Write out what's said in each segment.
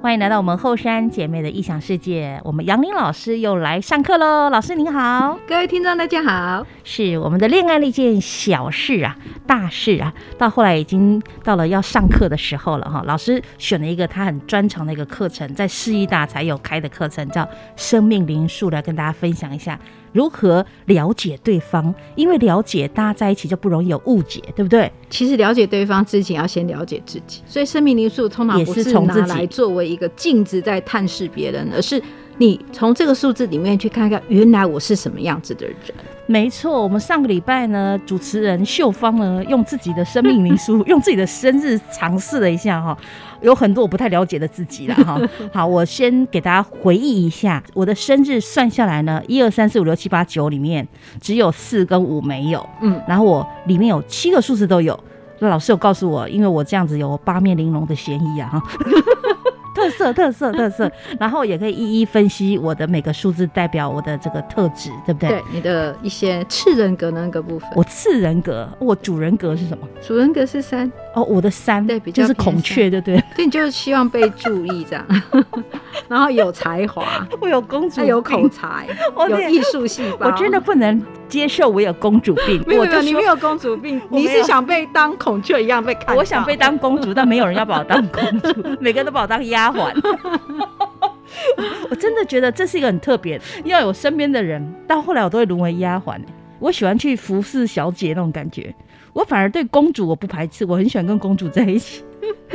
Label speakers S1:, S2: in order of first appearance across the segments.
S1: 欢迎来到我们后山姐妹的异想世界，我们杨林老师又来上课喽。老师您好，
S2: 各位听众大家好，
S1: 是我们的恋爱那件小事啊、大事啊，到后来已经到了要上课的时候了哈。老师选了一个他很专长的一个课程，在市医大才有开的课程，叫生命灵数，来跟大家分享一下如何了解对方，因为了解大家在一起就不容易有误解，对不对？
S2: 其实了解对方之前要先了解自己，所以生命灵数通常
S1: 也
S2: 不
S1: 是
S2: 是
S1: 从
S2: 拿
S1: 自己
S2: 来作为一个镜子在探视别人，而是你从这个数字里面去看看，原来我是什么样子的人。
S1: 没错，我们上个礼拜呢，主持人秀芳呢，用自己的生命灵数，用自己的生日尝试了一下哈， 有很多我不太了解的自己了哈。好，我先给大家回忆一下，我的生日算下来呢，一二三四五六七八九里面只有四跟五没有，
S2: 嗯，
S1: 然后我里面有七个数字都有。那老师有告诉我，因为我这样子有八面玲珑的嫌疑啊，哈特色特色特色，然后也可以一一分析我的每个数字代表我的这个特质，对不对？
S2: 对，你的一些次人格那个部分，
S1: 我次人格，我主人格是什么？
S2: 主人格是三，
S1: 哦，我的三，
S2: 对比较
S1: 就是
S2: 偏
S1: 孔雀，对不 对？
S2: 对，你就是希望被注意这样， 然后有才华，
S1: 我有公主
S2: 还
S1: 病，
S2: 有口才，
S1: 我
S2: 有
S1: 也
S2: 艺术细胞。。
S1: 我真的不能接受我有公主病
S2: 没有
S1: 我
S2: 没有，
S1: 就
S2: 你没
S1: 说，
S2: 有公主病，
S1: 我
S2: 你
S1: 没有
S2: 是想被当孔雀一样被看到。
S1: 我想被当公 主，但没有人要把我当公主， 每个人都把我当丫鬟。 我真的觉得这是一个很特别，要有身边的人，到后来我都会沦为丫鬟。我喜欢去服侍小姐那种感觉，我反而对公主我不排斥，我很喜欢跟公主在一起，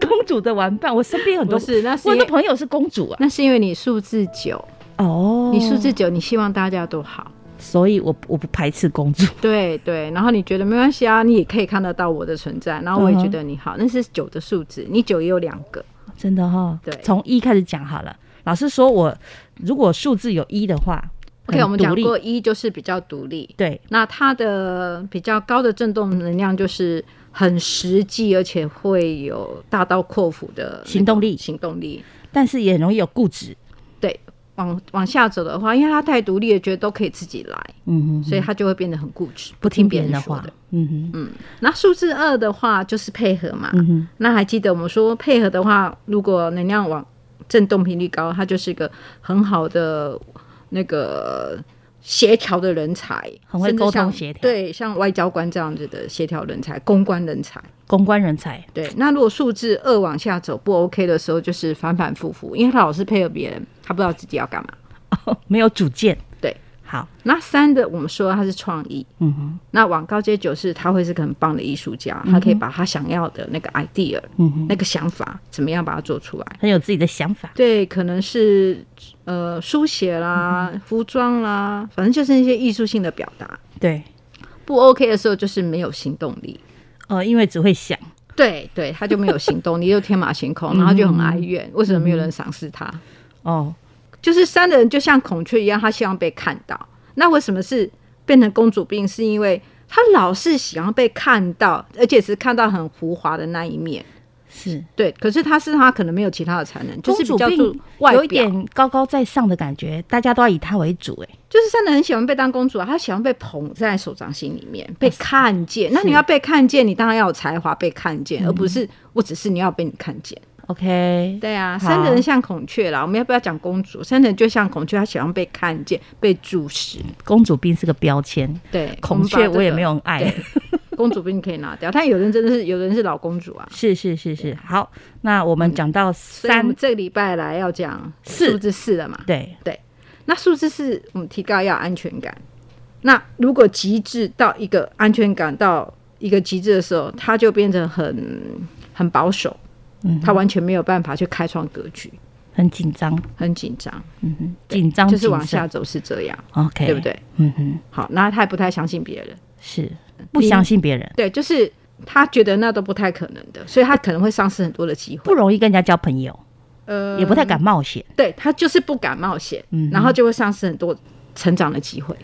S1: 公主的玩伴。我身边很多
S2: 不，是，那是
S1: 我
S2: 因
S1: 的
S2: 为
S1: 朋友是公主啊。
S2: 那是因为你数字九，
S1: 哦，
S2: 你数字，九，你希望大家都好。
S1: 所以我我不排斥公主，
S2: 对对，然后你觉得没关系啊，你也可以看得到我的存在，然后我也
S1: 嗯哼
S2: 觉得你好，那是九的数字，你九也有两个，
S1: 真的哈、哦。
S2: 对
S1: 从一开始讲好了。老师说我如果数字有一的话
S2: OK，我们讲，
S1: 很独
S2: 过
S1: 立
S2: 一就是比较独立，
S1: 对，
S2: 那它的比较高的震动能量就是很实际，而且会有大刀阔斧的那
S1: 行动力
S2: 种行动力。
S1: 但是也很容易有固执。
S2: 对，往往下走的话，因为他太独立了，觉得都可以自己来，
S1: 嗯哼，
S2: 所以他就会变得很固执，
S1: 不听别人的
S2: 说
S1: 话。嗯哼，
S2: 嗯，那数字二的话就是配合嘛，
S1: 嗯哼，
S2: 那还记得我们说配合的话，如果能量往振动频率高，它就是一个很好的那个协调的人才，
S1: 很会
S2: 甚至
S1: 沟通
S2: 像
S1: 协调
S2: 对，像外交官这样子的协调人才、公关人才。
S1: 公关人才，
S2: 对，那如果数字二往下走不 OK 的时候，就是反反复复，因为他老是配合别人，他不知道自己要干嘛。
S1: 哦，没有主见。
S2: 对，
S1: 好，
S2: 那三的我们说他是创意，
S1: 嗯哼，
S2: 那往高阶九是他会是个很棒的艺术家，他可以把他想要的那个 idea、
S1: 嗯哼，
S2: 那个想法怎么样把它做出来。
S1: 很有自己的想法。
S2: 对，可能是呃书写啦、服装啦，反正就是那些艺术性的表达。
S1: 对，
S2: 不 OK 的时候，就是没有行动力。
S1: 呃，因为只会想，
S2: 对对，他就没有行动力， 就天马行空，然后就很哀怨，为什么没有人赏识他？
S1: 哦，
S2: 就是三的人就像孔雀一样，他希望被看到。那为什么是变成公主病？是因为他老是想要被看到，而且是看到很浮华的那一面。
S1: 是，
S2: 对，可是他是他可能没有其他的才能，就是比
S1: 公
S2: 较
S1: 主
S2: 注
S1: 病
S2: 外
S1: 有一
S2: 表
S1: 点高高在上的感觉，大家都要以她为主。哎，
S2: 就是真的很喜欢被当公主啊，她喜欢被捧在手掌心里面，被看见。那你要被看见，你当然要有才华被看
S1: 嗯
S2: 见，而不是我只是你要被你看见。
S1: OK，
S2: 对啊，
S1: 好
S2: 三的人像孔雀啦，我们要不要讲公主？三的人就像孔雀，她喜欢被看见、被注视。
S1: 公主病是个标签，
S2: 对，
S1: 孔雀我也没有很爱。
S2: 有， 公主病可以拿掉，但有人真的是有人是老公主啊。
S1: 是是是是，好，那我们讲到
S2: 嗯所以我
S1: 三
S2: 们，这个礼拜来要讲
S1: 四
S2: 数字四了嘛？
S1: 对，
S2: 那数字是我们提高要有安全感。那如果极致到一个安全感到一个极致的时候，他就变成很很保守，
S1: 嗯
S2: 他完全没有办法去开创格局，
S1: 很紧张，
S2: 很紧张，
S1: 嗯哼，紧张
S2: 就是往
S1: 谨
S2: 下
S1: 慎
S2: 走是这样，
S1: ，OK，
S2: 对不？对？
S1: 嗯哼，
S2: 好，那他也不太相信别人，
S1: 是
S2: 嗯
S1: 不相信别人，
S2: 对，就是他觉得那都不太可能的，所以他可能会丧失很多的机
S1: 不
S2: 会，
S1: 容易跟人家交朋友，
S2: 呃
S1: 也不太敢冒险。
S2: 对他就是不敢冒险，
S1: 嗯
S2: 然后就会丧失很多成长的机会。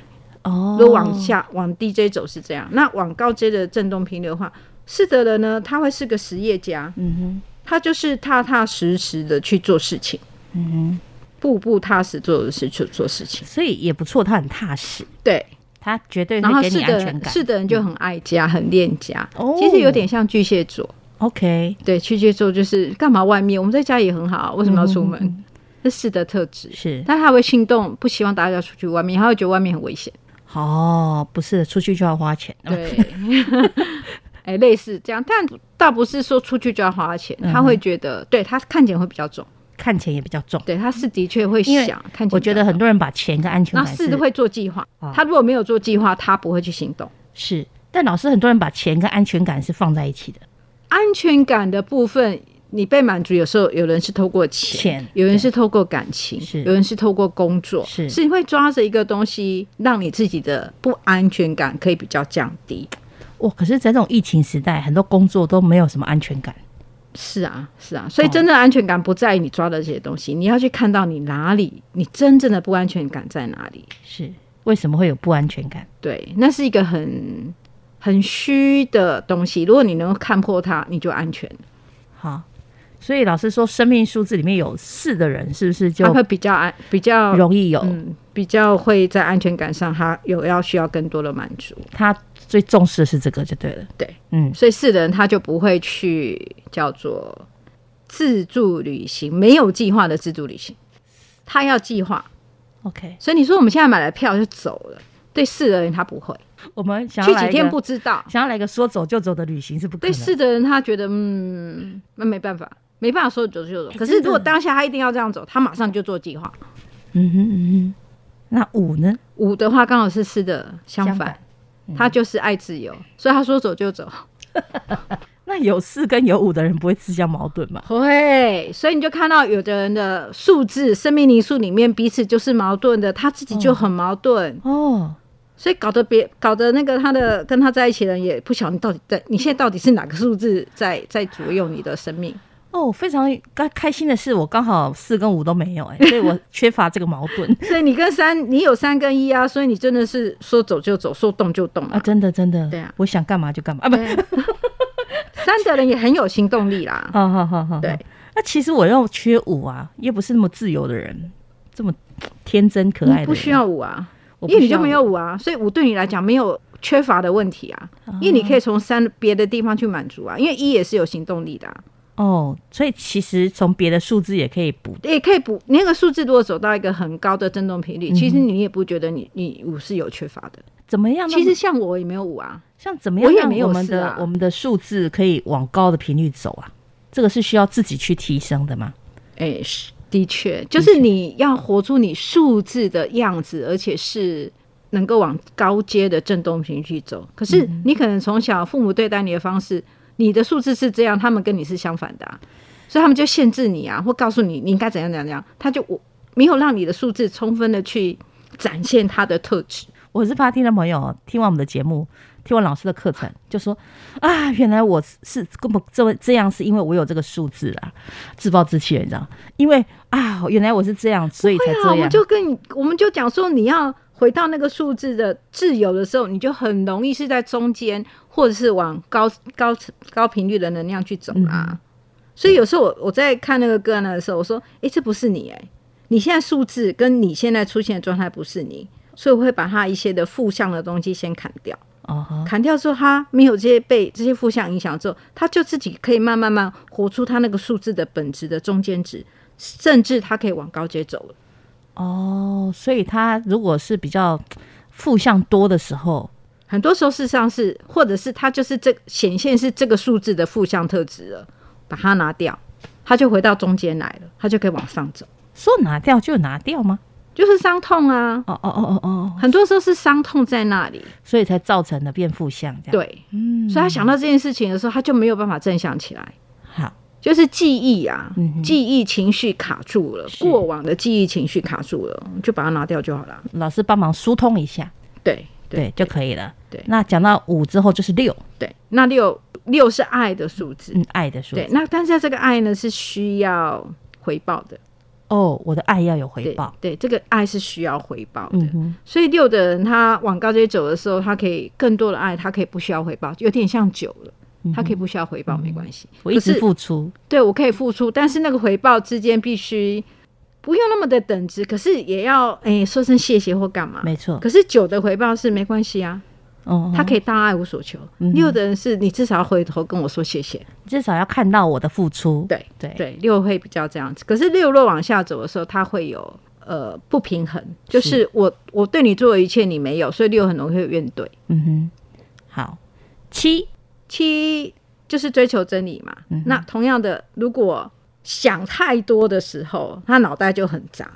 S1: 哦
S2: 如果嗯往下往 DJ 走是这样，那往高阶的振动频率的话，是的人呢，他会是个实业家，
S1: 嗯哼，
S2: 他就是踏踏实实的去做事情，
S1: 嗯哼，
S2: 步步踏实做事去做事情。
S1: 所以也不错，他很踏实，
S2: 对，
S1: 他绝对
S2: 然
S1: 会
S2: 后
S1: 给
S2: 是
S1: 你
S2: 的
S1: 安全
S2: 人，
S1: 感。
S2: 是的人就很爱家，很恋家
S1: 哦，
S2: 其实有点像巨蟹座，
S1: ，OK，
S2: 对，去接受就是干嘛？外面我们在家也很好啊，为什么要出
S1: 嗯
S2: 门？这是的特质。
S1: 是
S2: 但他会心动，不希望大家出去外面，他会觉得外面很 危险。
S1: 哦，不是出去就要花钱，
S2: 对， 哎、类似这样，但倒不是说出去就要花钱，
S1: 嗯哼
S2: 他会觉得，对他看起来会比较重，
S1: 看钱也比较重。
S2: 对，他是的确会
S1: 因为
S2: 想，看起来
S1: 我觉得很多人把钱跟安全
S2: 然后
S1: 感
S2: 是会做计划
S1: 啊，
S2: 他如果没有做计划，他不会去行动。
S1: 是，但老师很多人把钱跟安全感是放在一起的。
S2: 安全感的部分，你被满足，有时候有人是透过钱，
S1: 钱
S2: 有人是透过感情，
S1: 是
S2: 有人是透过工作，
S1: 是
S2: 是会抓着一个东西，让你自己的不安全感可以比较降低。
S1: 哇，可是在这种疫情时代，很多工作都没有什么安全感。
S2: 是啊，是啊，所以真正的安全感不在于你抓的这些东西，你要去看到你哪里，你真正的不安全感在哪里。
S1: 是为什么会有不安全感？
S2: 对，那是一个很很虚的东西。如果你能够看破它，你就安全，
S1: 好，所以老师说生命数字里面有四的人，是不是就
S2: 它啊会比较安，比较
S1: 容易有？
S2: 嗯，比较会在安全感上，他有要需要更多的满足。
S1: 他最重视的是这个就对了。
S2: 对，
S1: 嗯，
S2: 所以是的人他就不会去叫做自助旅行，没有计划的自助旅行，他要计划。
S1: OK，
S2: 所以你说我们现在买了票就走了，对是的人他不会，
S1: 我们想要
S2: 去
S1: 来
S2: 几
S1: 一
S2: 天
S1: 个
S2: 不知道。
S1: 想要来一个说走就走的旅行是不可
S2: 对
S1: 能。
S2: 是的人他觉得嗯，那没办法，没办法说走就走。可是
S1: 真的
S2: 如果当下他一定要这样走，他马上就做计划。
S1: 嗯哼嗯哼。那五呢？
S2: 五的话刚好是四的相
S1: 相
S2: 反，
S1: 反嗯
S2: 他就是爱自由，所以他说走 就走。
S1: 那有四跟有五的人不会自相矛盾吗？
S2: 会，所以你就看到有的人的数字生命灵数里面彼此就是矛盾的，他自己
S1: 嗯
S2: 就很矛盾，
S1: 哦，
S2: 所以搞得别搞得那个他的跟他在一起的人也不晓得你到底在你现在到底是哪个数字在在左右你的生命。
S1: 哦，非常开开心的是，我刚好四跟五都没有、哎，所以我 缺乏这个矛盾
S2: 所以你跟三，你有三跟一啊，所以你真的是说走就走，说动就动
S1: 啊！
S2: 啊。
S1: 真的，真的，
S2: 对啊
S1: 我想干嘛就干嘛啊！不，
S2: 对三的人也很有行动力啦。
S1: 好好好好，
S2: 对。
S1: 那其实我又缺五啊，又不是那么自由的人，这么天真可爱的
S2: 你
S1: 人，
S2: 不需要五啊，
S1: 我不需
S2: 因
S1: 要，
S2: 为你就没有五啊，所以五对你来讲没有缺乏的问题啊，因为你可以从三别的地方去满足啊，因为一也是有行动力的、啊，
S1: 哦，所以其实从别的数字也可以补
S2: 也可以补你那个数字，如果走到一个很高的振动频
S1: 嗯
S2: 率，其实你也不觉得你你五是有缺乏的。
S1: 怎么样呢？
S2: 其实像我也没有五啊，
S1: 像怎么样
S2: 我也
S1: 让
S2: 没有
S1: 我们的
S2: 事啊
S1: 我们的数字可以往高的频率走啊？这个是需要自己去提升的吗？
S2: 哎、是的确，就是你要活出你数字的样子，而且是。能够往高阶的振动频率去走，可是你可能从小父母对待你的方式，你的数字是这样，他们跟你是相反的、啊，所以他们就限制你啊，或告诉你你应该怎样怎样怎样，他就我没有让你的数字充分的去展现他的特质。
S1: 我是怕听众朋友听完我们的节目，听完老师的课程，就说啊，原来我是根本这么这样，是因为我有这个数字啊，自暴自弃了，你知道？因为啊，原来我是这样，所以才
S2: 对啊，
S1: 这
S2: 我
S1: 样
S2: 们。就跟你，我们就讲说，你要回到那个数字的自由的时候，你就很容易是在中间，或者是往高高高频率的能量去走啦、
S1: 嗯
S2: 所以有时候我我在看那个个案的时候，我说：“诶，这不是你诶，你现在数字跟你现在出现的状态不是你。”所以我会把它一些的负向的东西先砍掉，
S1: 哦哈，
S2: 砍掉之后，它没有这些被这些负向影响之后，它就自己可以慢慢慢活出它那个数字的本质的中间值，甚至它可以往高阶走了。
S1: 哦，所以他如果是比较负向多的时候，
S2: 很多时候，事实上是，或者是它就是这显现是这个数字的负向特质了，把它拿掉，它就回到中间来了，它就可以往上走，
S1: 说拿掉就拿掉吗？
S2: 就是伤痛啊。
S1: 哦哦哦哦哦，
S2: 很多时候是伤痛在那里，
S1: 所以才造成了变负向这样。，
S2: 对，
S1: 嗯，
S2: 所以他想到这件事情的时候，他就没有办法正向起来，
S1: 好，
S2: 就是记忆啊，
S1: 嗯哼
S2: 记忆情绪卡住了，
S1: 是
S2: 过往的记忆情绪卡住了，就把它拿掉就好了。
S1: 老师帮忙疏通一下，
S2: 对对
S1: 对就可以了。
S2: 对
S1: 那讲到五之后就是六，
S2: 对，那六六是爱的数字，
S1: 嗯，爱的数字
S2: 对，。那但是这个爱呢是需要回报的。
S1: 哦，我的爱要有回报。
S2: 对。对，这个爱是需要回报的。
S1: 嗯哼，
S2: 所以六的人他往高阶走的时候，他可以更多的爱，他可以不需要回报，有点像九了。
S1: 嗯
S2: 他可以不需要回报，没关系。
S1: 我一
S2: 可
S1: 直
S2: 是
S1: 付出，
S2: 对我可以付出，但是那个回报之间必须不用那么的等值，可是也要哎、说声谢谢或干嘛。
S1: 没错。
S2: 可是九的回报是没关系啊，
S1: 哦
S2: 他可以大爱无所求；
S1: 嗯哼
S2: 六的人是你至少要回头跟我说谢谢。
S1: 至少要看到我的付出。
S2: 对
S1: 对
S2: 对，六会比较这样子。可是六若往下走的时候，它会有呃不平衡，就是我我对你做的一切你没有，所以六很容易会怨怼。
S1: 嗯哼，好，七，
S2: 七就是追求真理嘛。
S1: 嗯
S2: 那同样的，如果想太多的时候，他脑袋就很杂，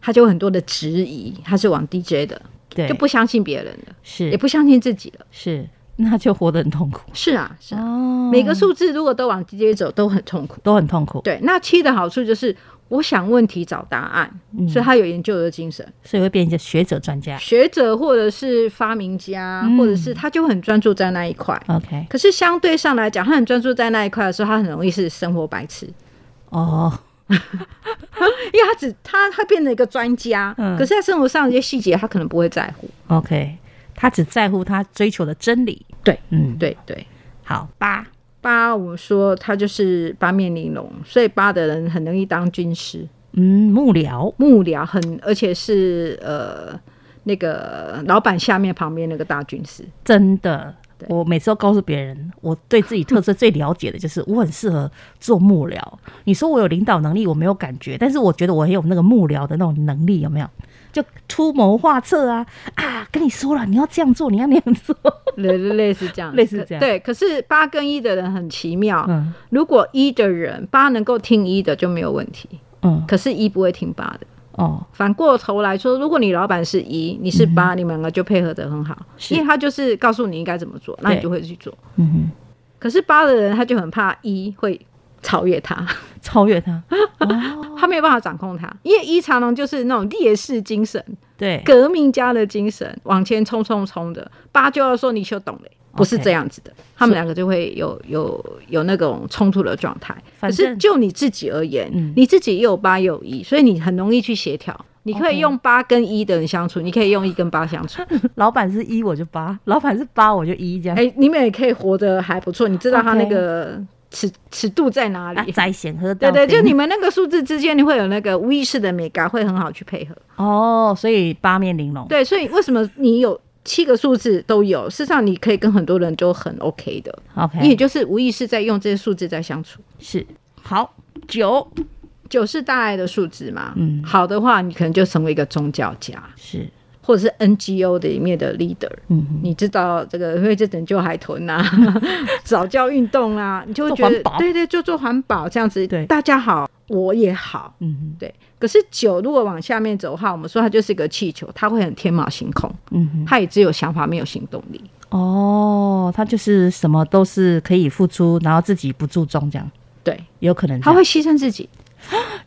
S2: 他就有很多的质疑，他是往 DJ 的，
S1: 对，嗯
S2: 就不相信别人了，也
S1: 是
S2: 不相信自己了。
S1: 是，那就活得很痛苦。
S2: 是啊，是啊，
S1: 哦
S2: 每个数字如果都往 DJ 走，都很痛苦。
S1: 都很痛苦，
S2: 对，那七的好处就是。我想问题找答案，
S1: 嗯
S2: 所以他有研究的精神。
S1: 所以会变一个学者专家。
S2: 学者或者是发明家，
S1: 嗯
S2: 或者是他就很专注在那一块。
S1: OK，
S2: 可是相对上来讲，他很专注在那一块的时候，他很容易是生活白痴，因
S1: 哦，
S2: 为他只他他变成一个专家，
S1: 嗯
S2: 可是在生活上一些细节他可能不会在乎。
S1: OK，他只在乎他追求的真理。
S2: 对，
S1: 嗯，
S2: 对对，
S1: 好，八，
S2: 八我们说他就是八面玲珑，所以八的人很容易当军师、
S1: 嗯，幕僚，
S2: 幕僚很，而且是呃那个老板下面旁边那个大军师。
S1: 真的
S2: 对。
S1: 我每次都告诉别人，我对自己特色最了解的就是 我很适合做幕僚。你说我有领导能力，我没有感觉，但是我觉得我很有那个幕僚的那种能力，有没有？就出谋划策啊啊！跟你说了，你要这样做，你要那样 做。
S2: 类类似这样，
S1: 类似这样
S2: 可对，可是八跟一的人很奇妙，
S1: 嗯
S2: 如果一的人八能够听一的就没有问题，
S1: 嗯
S2: 可是一不会听八的。
S1: 哦，
S2: 反过头来说，如果你老板是一，你是八、你们两个就配合得很好，
S1: 嗯是
S2: 因为他就是告诉你应该怎么做，那你
S1: 对
S2: 就会去做。
S1: 嗯
S2: 可是八的人他就很怕一会超越他，
S1: 哼，超越他，
S2: 哦他没有办法掌控他，因为一常常就是那种烈士精神、
S1: 对，
S2: 革命家的精神，往前冲冲冲的。八就要说你就懂了，不是这样子的，他们两个就会有有有那种冲突的状态。可
S1: 反
S2: 是
S1: 正
S2: 就你自己而言，
S1: 嗯
S2: 你自己也有八也有一，所以你很容易去协调。你可以
S1: OK
S2: 用八跟一的人相处，你可以用一跟八相 处。
S1: 老板是一我就八，老板是八我就一这样。
S2: 哎、你们也可以活得还不错。你知道他
S1: OK
S2: 那个尺尺度在哪里？
S1: 啊，摘显喝到
S2: 对对，就
S1: 顶
S2: 你们那个数字之间，你会有那个无意识的美感，会很好去配合。
S1: 哦，所以八面玲珑。
S2: 对，所以为什么你有七个数字都有？事实上，你可以跟很多人都很 OK 的，你也
S1: ，OK，
S2: 就是无意识在用这些数字在相处。
S1: 是好九
S2: 九是大爱的数字嘛，
S1: 嗯
S2: 好的话，你可能就成为一个宗教家，
S1: 是
S2: 或者是 NGO 的里面的 leader。
S1: 嗯哼
S2: 你知道这个，因为这拯救海豚啊， 早教运动啊，你就会
S1: 做
S2: 觉
S1: 环
S2: 得，
S1: 保
S2: 对对，就做环保这样子，
S1: 对
S2: 大家好，我也好，
S1: 嗯
S2: 对。可是九如果往下面走的话，我们说它就是一个气球，它会很天马行空，
S1: 哼嗯
S2: 它也只有想法没有行动力。
S1: 哼哦，他就是什么都是可以付出，然后自己不注重这样，
S2: 对，
S1: 有可能这
S2: 他
S1: 样
S2: 会牺牲自己，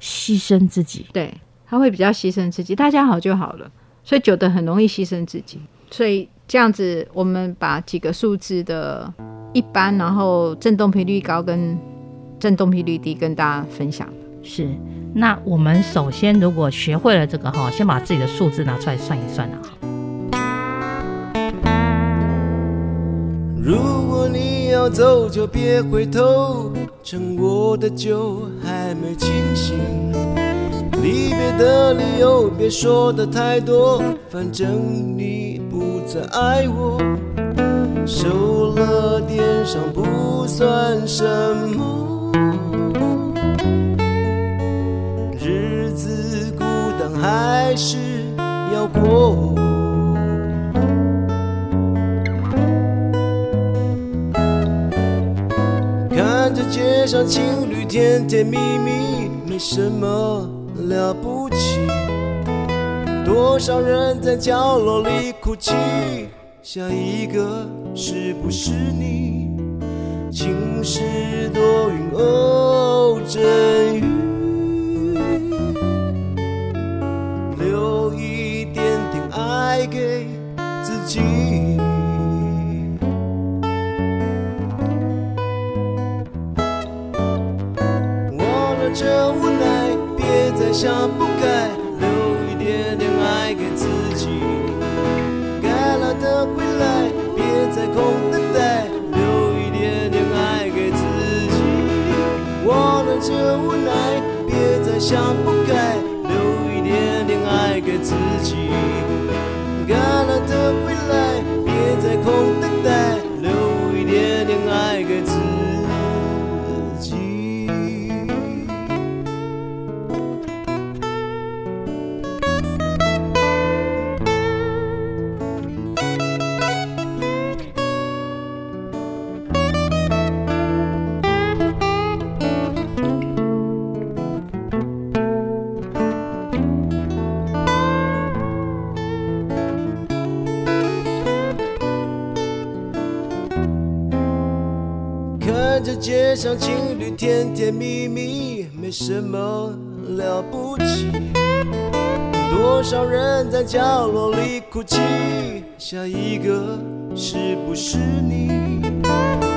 S1: 牺牲自己。
S2: 对，他会比较牺牲自己，大家好就好了。所以九的很容易牺牲自己，所以这样子，我们把几个数字的一般，然后振动频率高跟振动频率低跟大家分享。
S1: 是，那我们首先如果学会了这个哈，先把自己的数字拿出来算一算啊。
S3: 如果你要走，就别回头，趁我的酒还没清醒。离别的理由别说的太多，反正你不再爱我，受了点伤不算什么。日子孤单还是要过。看着街上情侣甜甜蜜蜜，没什么了不起。多少人在角落里哭泣，下一个是不是你？晴时多云偶阵雨，留一点点爱给自己。忘了这无奈，别再想不开，留一点点爱给自己。该来的归来，别再空等待，留一点点爱给自己。忘了这无奈，别再想不开，留一点点爱给自己。该来的归来，别再在空地带留一点点爱给自己。看着街上情侣甜甜蜜蜜，没什么了不起。多少人在角落里哭泣，下一个是不是你？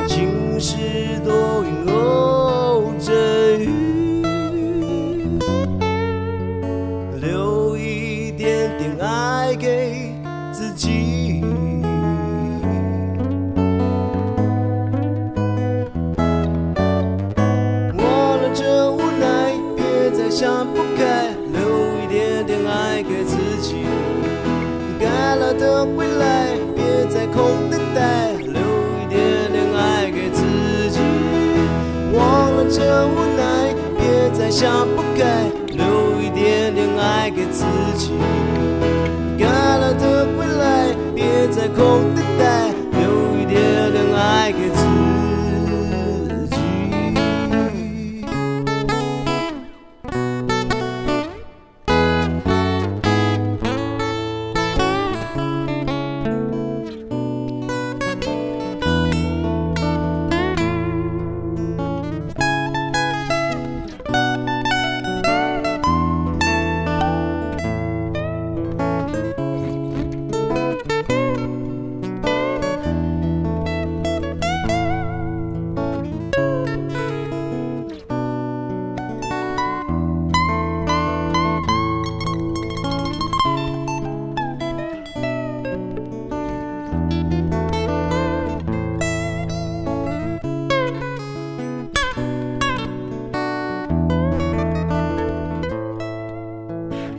S3: 晴时多云偶阵雨，留一点点爱给自己。我忍着无奈，别再想不开，留一点点爱给自己。该来的会来，别再空等待，留一点点爱给自己。我忍着无奈，别再想不开，留一点点爱给自己。该来的会来，别再空等待，留一点点爱给自己。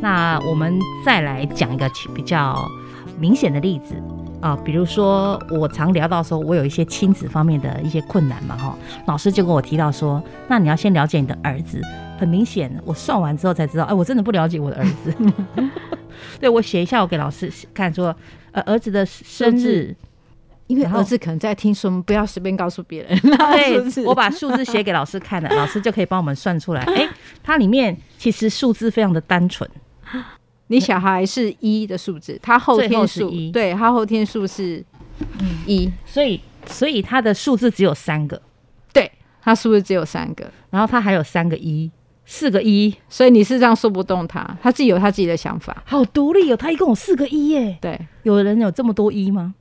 S1: 那我们再来讲一个比较明显的例子啊，比如说我常聊到说，我有一些亲子方面的一些困难嘛，哈，老师就跟我提到说，那你要先了解你的儿子。很明显，我算完之后才知道，哎，我真的不了解我的儿子。 对我写一下，我给老师看说，呃，儿子的生
S2: 数
S1: 日
S2: 字，因为
S1: 然后
S2: 儿子可能在听，说不要随便告诉别 人。
S1: 啊
S2: 是不是
S1: 哎对，我把数字写给老师看 了，老师就可以帮我们算出来。哎、它里面其实数字非常的单纯，
S2: 你小孩是一的数字，他后嗯天
S1: 最后
S2: 数
S1: 是一
S2: 对他后天数是一，
S1: 所以所以它的数字只有三个，
S2: 对他是不是只有三个？
S1: 然后它还有三个一，四个一，
S2: 所以你是这样说不动他，他自己有他自己的想法。
S1: 好独立哦，它一共有四个一耶。
S2: 对，
S1: 有人有这么多一吗？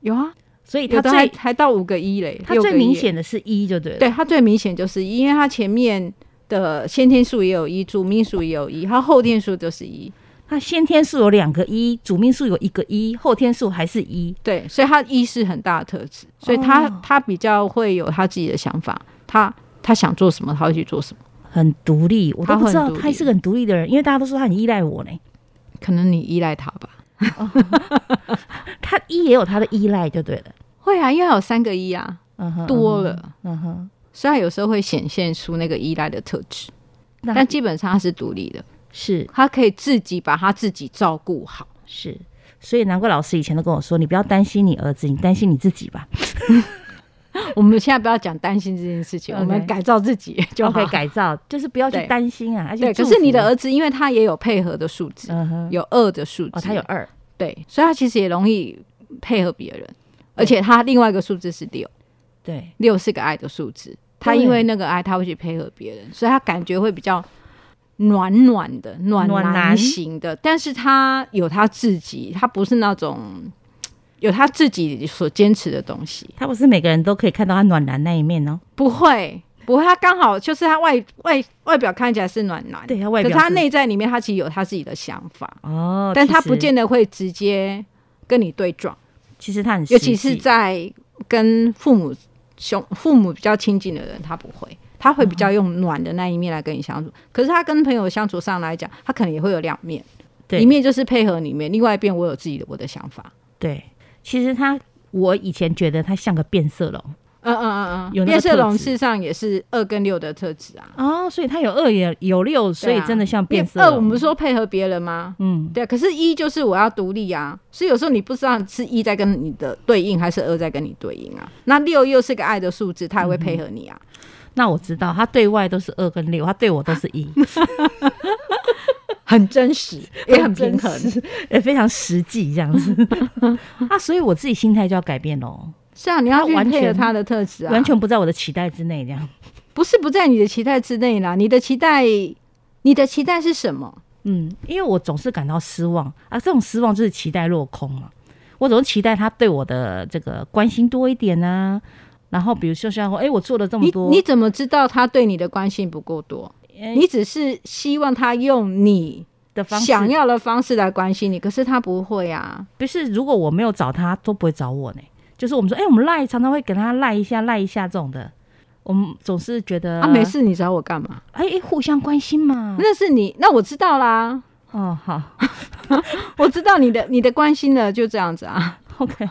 S2: 有啊，
S1: 所以它
S2: 有的还
S1: 最
S2: 还到五个一嘞，
S1: 它
S2: 六个
S1: 最
S2: 一
S1: 明
S2: 耶
S1: 显的是一就对了。
S2: 对他最明显就是一，因为他前面的先天数也有一，主命数也有一，他后天数就是一，
S1: 它先天数有两个一，主命数有一个一，后天数还是一。
S2: 对，所以他一是很大的特质，所以他、
S1: 哦
S2: 他比较会有他自己的想法，他他想做什么，他会去做什么。
S1: 很独立，我都
S2: 他
S1: 不知
S2: 很
S1: 道
S2: 独立
S1: 他是个很独立的人，因为大家都说他很依赖我呢。
S2: 可能你依赖他吧？
S1: 他一也有他的依赖，就对了。
S2: 会啊，因为他有三个一啊，
S1: 嗯哼，
S2: 多了，
S1: 嗯哼，
S2: 虽然有时候会显现出那个依赖的特质，
S1: 那
S2: 但基本上他是独立的，
S1: 是
S2: 他可以自己把他自己照顾好。
S1: 是，所以难怪老师以前都跟我说，你不要担心你儿子，你担心你自己吧。
S2: 我们现在不要讲担心这件事情，
S1: OK
S2: 我们改造自己就好。
S1: OK，改造就是不要去
S2: 对
S1: 担心啊，而且
S2: 对，可
S1: 祝
S2: 是你
S1: 福
S2: 的儿子，因为他也有配合的数字，
S1: 嗯哼，
S2: 有二的数字，
S1: 哦，他有二，
S2: 对，所以他其实也容易配合别人，而且他另外一个数字是六，
S1: 对，
S2: 六是个爱的数字，他因为那个爱，他会去配合别人，所以他感觉会比较暖暖的、暖
S1: 暖
S2: 男
S1: 男
S2: 型的，但是他有他自己，他不是那种有他自己所坚持的东西，
S1: 他不是每个人都可以看到他暖男那一面哦。
S2: 不会。不会，他刚好就是他外外外表看起来是暖男，
S1: 对他外
S2: 可是
S1: 表
S2: 他
S1: 是
S2: 内在里面他其实有他自己的想法，
S1: 哦，
S2: 但
S1: 其
S2: 他不
S1: 实，
S2: 见得会直接跟你对撞，
S1: 其实他很实际，
S2: 尤其是在跟父母兄父母比较亲近的人，他不会，他会比
S1: 嗯
S2: 较用暖的那一面来跟你相处。可是他跟朋友相处上来讲，他可能也会有两面，
S1: 对
S2: 一面就是配合里面，另外一边我有自己的我的想法。
S1: 对，其实他我以前觉得它像个变色龙
S2: 嗯嗯嗯
S1: 有
S2: 嗯，
S1: 那个
S2: 变色龙
S1: 特质
S2: 事实上也是二跟六的特质啊，
S1: 哦，所以它有二也有六，所以
S2: 对啊
S1: 真的像变色
S2: 二
S1: 龙。
S2: 我们不是说配合别人吗？
S1: 嗯，
S2: 对，可是一就是我要独立啊，所以有时候你不知道是一在跟你的对应，还是二在跟你对应啊。那六又是个爱的数字，它也会配合你啊。
S1: 嗯那我知道，它对外都是二跟六，它对我都是 一，
S2: 很真实， 也很平衡。
S1: 真实，也非常实际这样 子。啊，所以我自己心态就要改变喽，
S2: 是啊，你要去
S1: 完全
S2: 配合他的特质啊，
S1: 完全不在我的期待之内，这样。
S2: 不是不在你的期待之内啦。你的期待，你的期待是什么？
S1: 嗯，因为我总是感到失望啊，这种失望就是期待落空嘛。我总是期待他对我的这个关心多一点啊，然后比如说像说，哎、我做了这么
S2: 你
S1: 多，
S2: 你怎么知道他对你的关心不够多？
S1: 哎
S2: 你只是希望他用你
S1: 的方式
S2: 想要的方式来关心你，可是他不会啊。
S1: 不是，如果我没有找他，都不会找我呢。就是我们说，哎、我们赖常常会给他赖一下、赖一下这种的，我们总是觉得
S2: 啊，没，事，你找我干嘛？
S1: 哎、哎互相关心嘛。
S2: 嗯那是你，那我知道啦，
S1: 哦，好
S2: 我知道你的 你的关心了，就这样子啊。
S1: ，OK。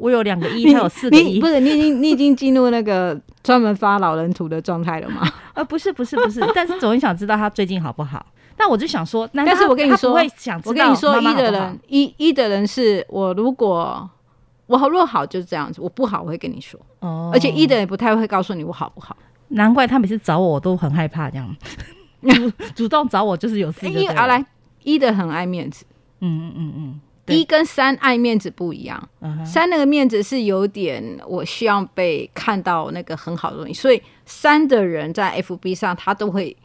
S1: 我有两个一，
S2: 你
S1: 他有四个
S2: 你
S1: 一
S2: 不，是你已经你已经进入那个专门发老人图的状态了吗？
S1: 呃，不是，不是，不是，但是总很想知道他最近好不好。但我就想说，难道
S2: 但是我跟你
S1: 他
S2: 说
S1: 不会想知
S2: 我跟
S1: 道
S2: 你说，
S1: 妈妈
S2: 一
S1: 好不
S2: 的
S1: 好
S2: 人，一一的人是我如果我好若好就是这样子，我不好我会跟你说，
S1: 哦，
S2: 而且 E 一的人不太会告诉你我好不好，
S1: 难怪他每次找我，我都很害怕这样。主主动找我就是有事就
S2: 因
S1: 对
S2: 为
S1: 了。
S2: 啊来一的很爱面子，
S1: 嗯，嗯嗯嗯对
S2: 一跟三爱面子不一样，
S1: 嗯哼，
S2: 三那个面子是有点我需要被看到那个很好的东西，所以三的人在 FB 上他都会。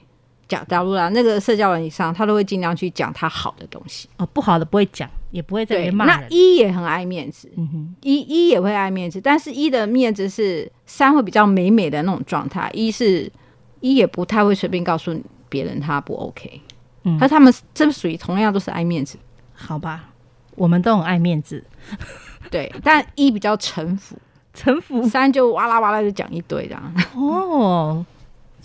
S2: 讲，假如啦，那个社交软体上，他都会尽量去讲他好的东西。
S1: 哦，不好的不会讲，也不会在里
S2: 对，
S1: 面骂
S2: 那
S1: 人。
S2: 一也很爱面子，
S1: 嗯哼，
S2: 一一也会爱面子，但是一的面子是三会比较美美的那种状态，一是一也不太会随便告诉别人他不 OK，
S1: 嗯
S2: 他他们这属于同样都是爱面子，
S1: 好吧，我们都很爱面子，
S2: 对，但一比较城府，
S1: 臣服
S2: 三就哇啦哇啦就讲一堆这样，
S1: 哦。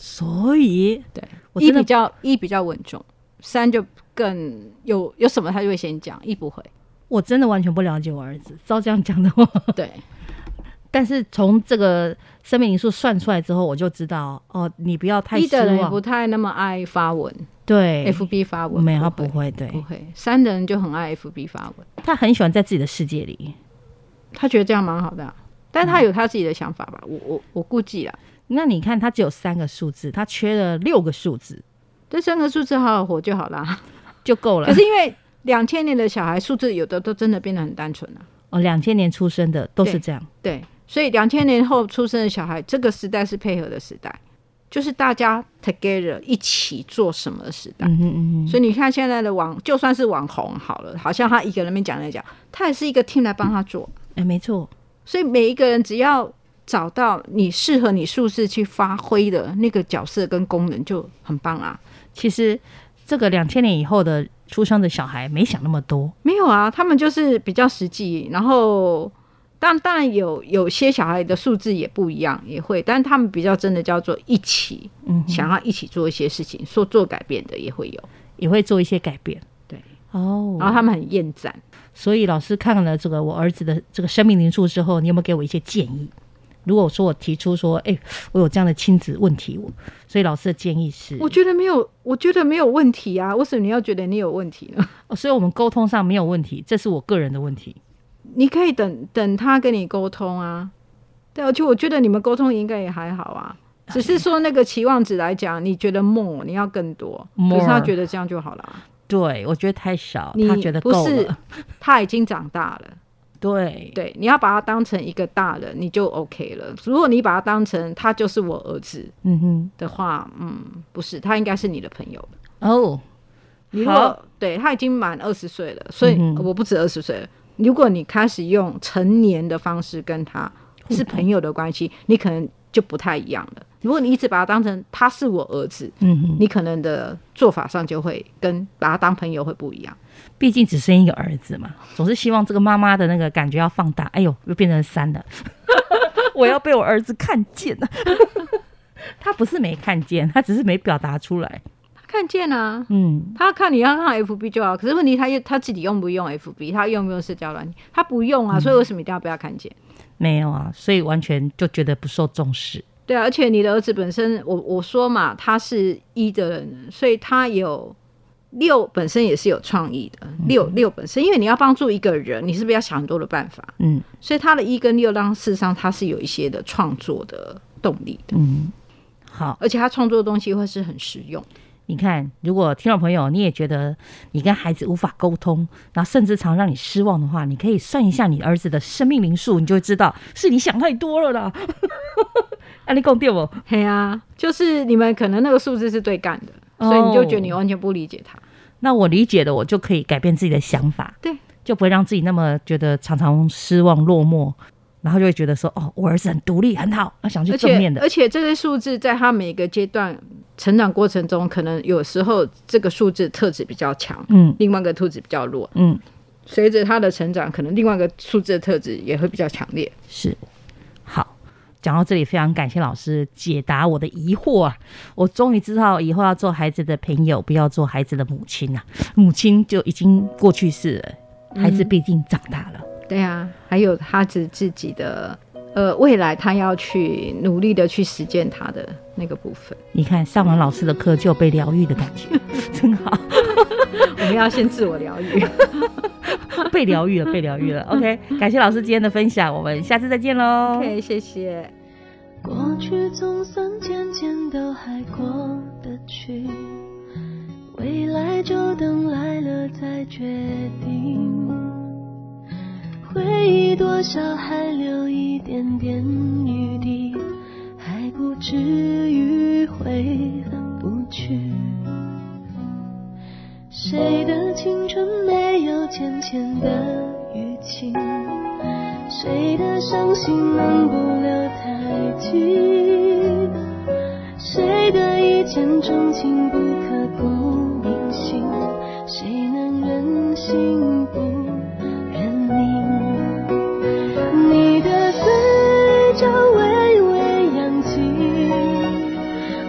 S1: 所以
S2: 对，
S1: 我真
S2: 一，E 比
S1: 的
S2: 较一比较稳重，三就更有有什么他就会先讲，一 不会，
S1: 我真的完全不了解我儿子，照这样讲的话。
S2: 对，
S1: 但是从这个生命灵数算出来之后，我就知道哦，你不要太
S2: 一
S1: 失
S2: 的人也不
S1: 望。
S2: 太那么爱发文
S1: 对，
S2: ，FB 发文
S1: 没有他
S2: 不
S1: 不
S2: 会
S1: 会，对
S2: 不会，三的人就很爱 FB 发文。
S1: 他很喜欢在自己的世界里。
S2: 他觉得这样蛮好的啊、但他有他自己的想法吧，我我我估计啦。
S1: 那你看，它只有三个数字，它缺了六个数字
S2: 这三个数字好好活就好啦。
S1: 就够了
S2: 可。是因为两千年的小孩数字有的都真的变得很单纯了、啊
S1: 哦，两千年出生的都是这样。
S2: 对，所以两千年后出生的小孩，这个时代是配合的时代，就是大家 together 一起做什么的时代。
S1: 嗯哼嗯哼，
S2: 所以你看现在的网，就算是网红好了，好像他一个人没讲来讲，他也是一个 team 来帮他做。
S1: 哎，没错，
S2: 所以每一个人只要找到你适合你数字去发挥的那个角色跟功能，就很棒啊。
S1: 其实这个两千年以后的出生的小孩没想那么多，
S2: 没有啊，他们就是比较实际，然后当当然有有些小孩的素质也不一样，也会，但他们比较真的叫做一起，
S1: 嗯哼，哦
S2: 想要一起做一些事情，说做改变的也会有，
S1: 也会做一些改变。
S2: 对，
S1: 哦，
S2: 然后他们很厌战。
S1: 所以老师看了这个我儿子的这个生命灵数之后，你有没有给我一些建议？如果说我提出说，哎、我有这样的亲子问题，我所以老师的建议是，
S2: 我觉得没有，我觉得没有问题啊，为什么你要觉得你有问题呢？
S1: 哦所以我们沟通上没有问题，这是我个人的问题。
S2: 你可以等等他跟你沟通啊。对，而且我觉得你们沟通应该也还好啊，只是说那个期望值来讲，你觉得 more 你要更多，可是他
S1: More
S2: 觉得这样就好了啊。
S1: 对，我觉得太少，
S2: 你
S1: 他觉得
S2: 不
S1: 够
S2: 是
S1: 了。
S2: 他已经长大了，
S1: 对，
S2: 对，你要把他当成一个大人，你就 OK 了。如果你把他当成他就是我儿子
S1: 嗯哼，
S2: 的话，嗯，不是，他应该是你的朋友了。
S1: 哦，
S2: 你如
S1: 好
S2: 果对他已经满二十岁了，所以
S1: 嗯哼
S2: 我不止二十岁了。如果你开始用成年的方式跟他是朋友的关系，你可能就不太一样了。如果你一直把他当成他是我儿子，
S1: 嗯哼，
S2: 你可能的做法上就会跟把他当朋友会不一样。
S1: 毕竟只生一个儿子嘛，总是希望这个妈妈的那个感觉要放大。哎呦，又变成三 了，我要被我 儿子看见了。他不是没看见，他只是没表达出来。
S2: 看见啊，
S1: 嗯，
S2: 他看你要看 FB 就好。可是问题他又他自己用不用 FB，他用不用社交软体，他不用啊，所以为什么一定要被他看见？
S1: 没有啊，所以完全就觉得不受重视。
S2: 对啊，而且你的儿子本身，我我说嘛，他是一的人，所以他有六本身也是有创意的。
S1: 嗯
S2: 六六本身，因为你要帮助一个人，你是不是要想很多的办法？
S1: 嗯
S2: 所以他的一跟六让事实上他是有一些的创作的动力的，
S1: 嗯，好。
S2: 而且他创作的东西会是很实用的。
S1: 你看，如果听众朋友你也觉得你跟孩子无法沟通，然后甚至常让你失望的话，你可以算一下你儿子的生命灵数，你就会知道是你想太多了啦。 啊，你共对我，
S2: 嘿啊，就是你们可能那个数字是对干的，
S1: 哦
S2: 所以你就觉得你完全不理解他。
S1: 那我理解了，我就可以改变自己的想法，
S2: 对，
S1: 就不会让自己那么觉得常常失望落寞，然后就会觉得说，哦，我儿子很独立，很好，要想去
S2: 而
S1: 正面
S2: 且
S1: 的。
S2: 而且这些数字在他每个阶段成长过程中，可能有时候这个数字特质比较强，
S1: 嗯
S2: 另外一个特质比较弱。
S1: 嗯，
S2: 随着他的成长，可能另外一个数字的特质也会比较强烈。
S1: 是，好，讲到这里，非常感谢老师解答我的疑惑啊！我终于知道以后要做孩子的朋友，不要做孩子的母亲啊！母亲就已经过去式了，孩子毕竟长大了。
S2: 对啊，还有他自自己的呃未来，他要去努力的去实践他的那个部分。
S1: 你看，上完老师的课就有被疗愈的感觉， 真好，
S2: 我们要先自我疗愈。
S1: 被疗愈了，被疗愈了。OK，感谢老师今天的分享，我们下次再见喽。
S2: OK，谢谢。
S4: 过去总算渐渐都还过得去，未来就等来了再决定。回忆多少还留一点点余地，还不至于回不去。谁的青春没有浅浅的淤青？谁的伤心能不留太迹？谁的一见钟情不刻骨铭心？谁能任性不认命？你的嘴角微微扬起，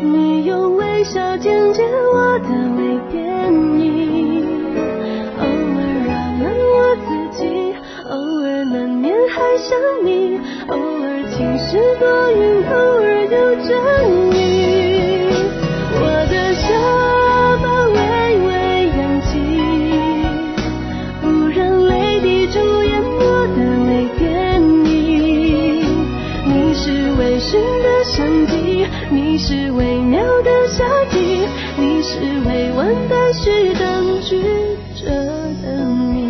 S4: 你用微笑剪接我的微变音。偶尔扰乱我自己，偶尔难免还想你，偶尔晴时多云，偶尔有阵雨。我的下巴微微扬起，不让泪滴主演我的泪电影。你是微醺的香气，你是微妙的夏季，你是未完待续当局者的你。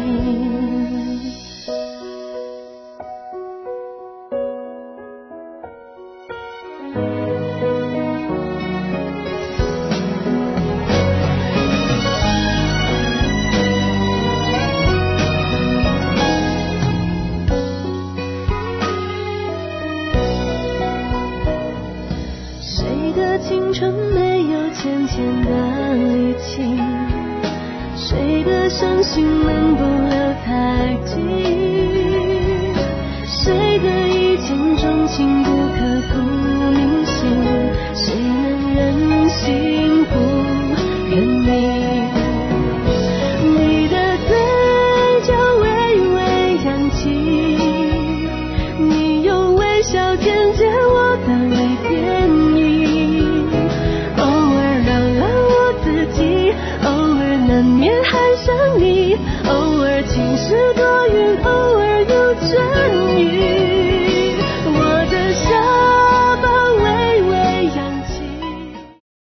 S4: 谁的青春没有浅浅的沥青？谁的伤心能不留太迹？谁的一见钟情不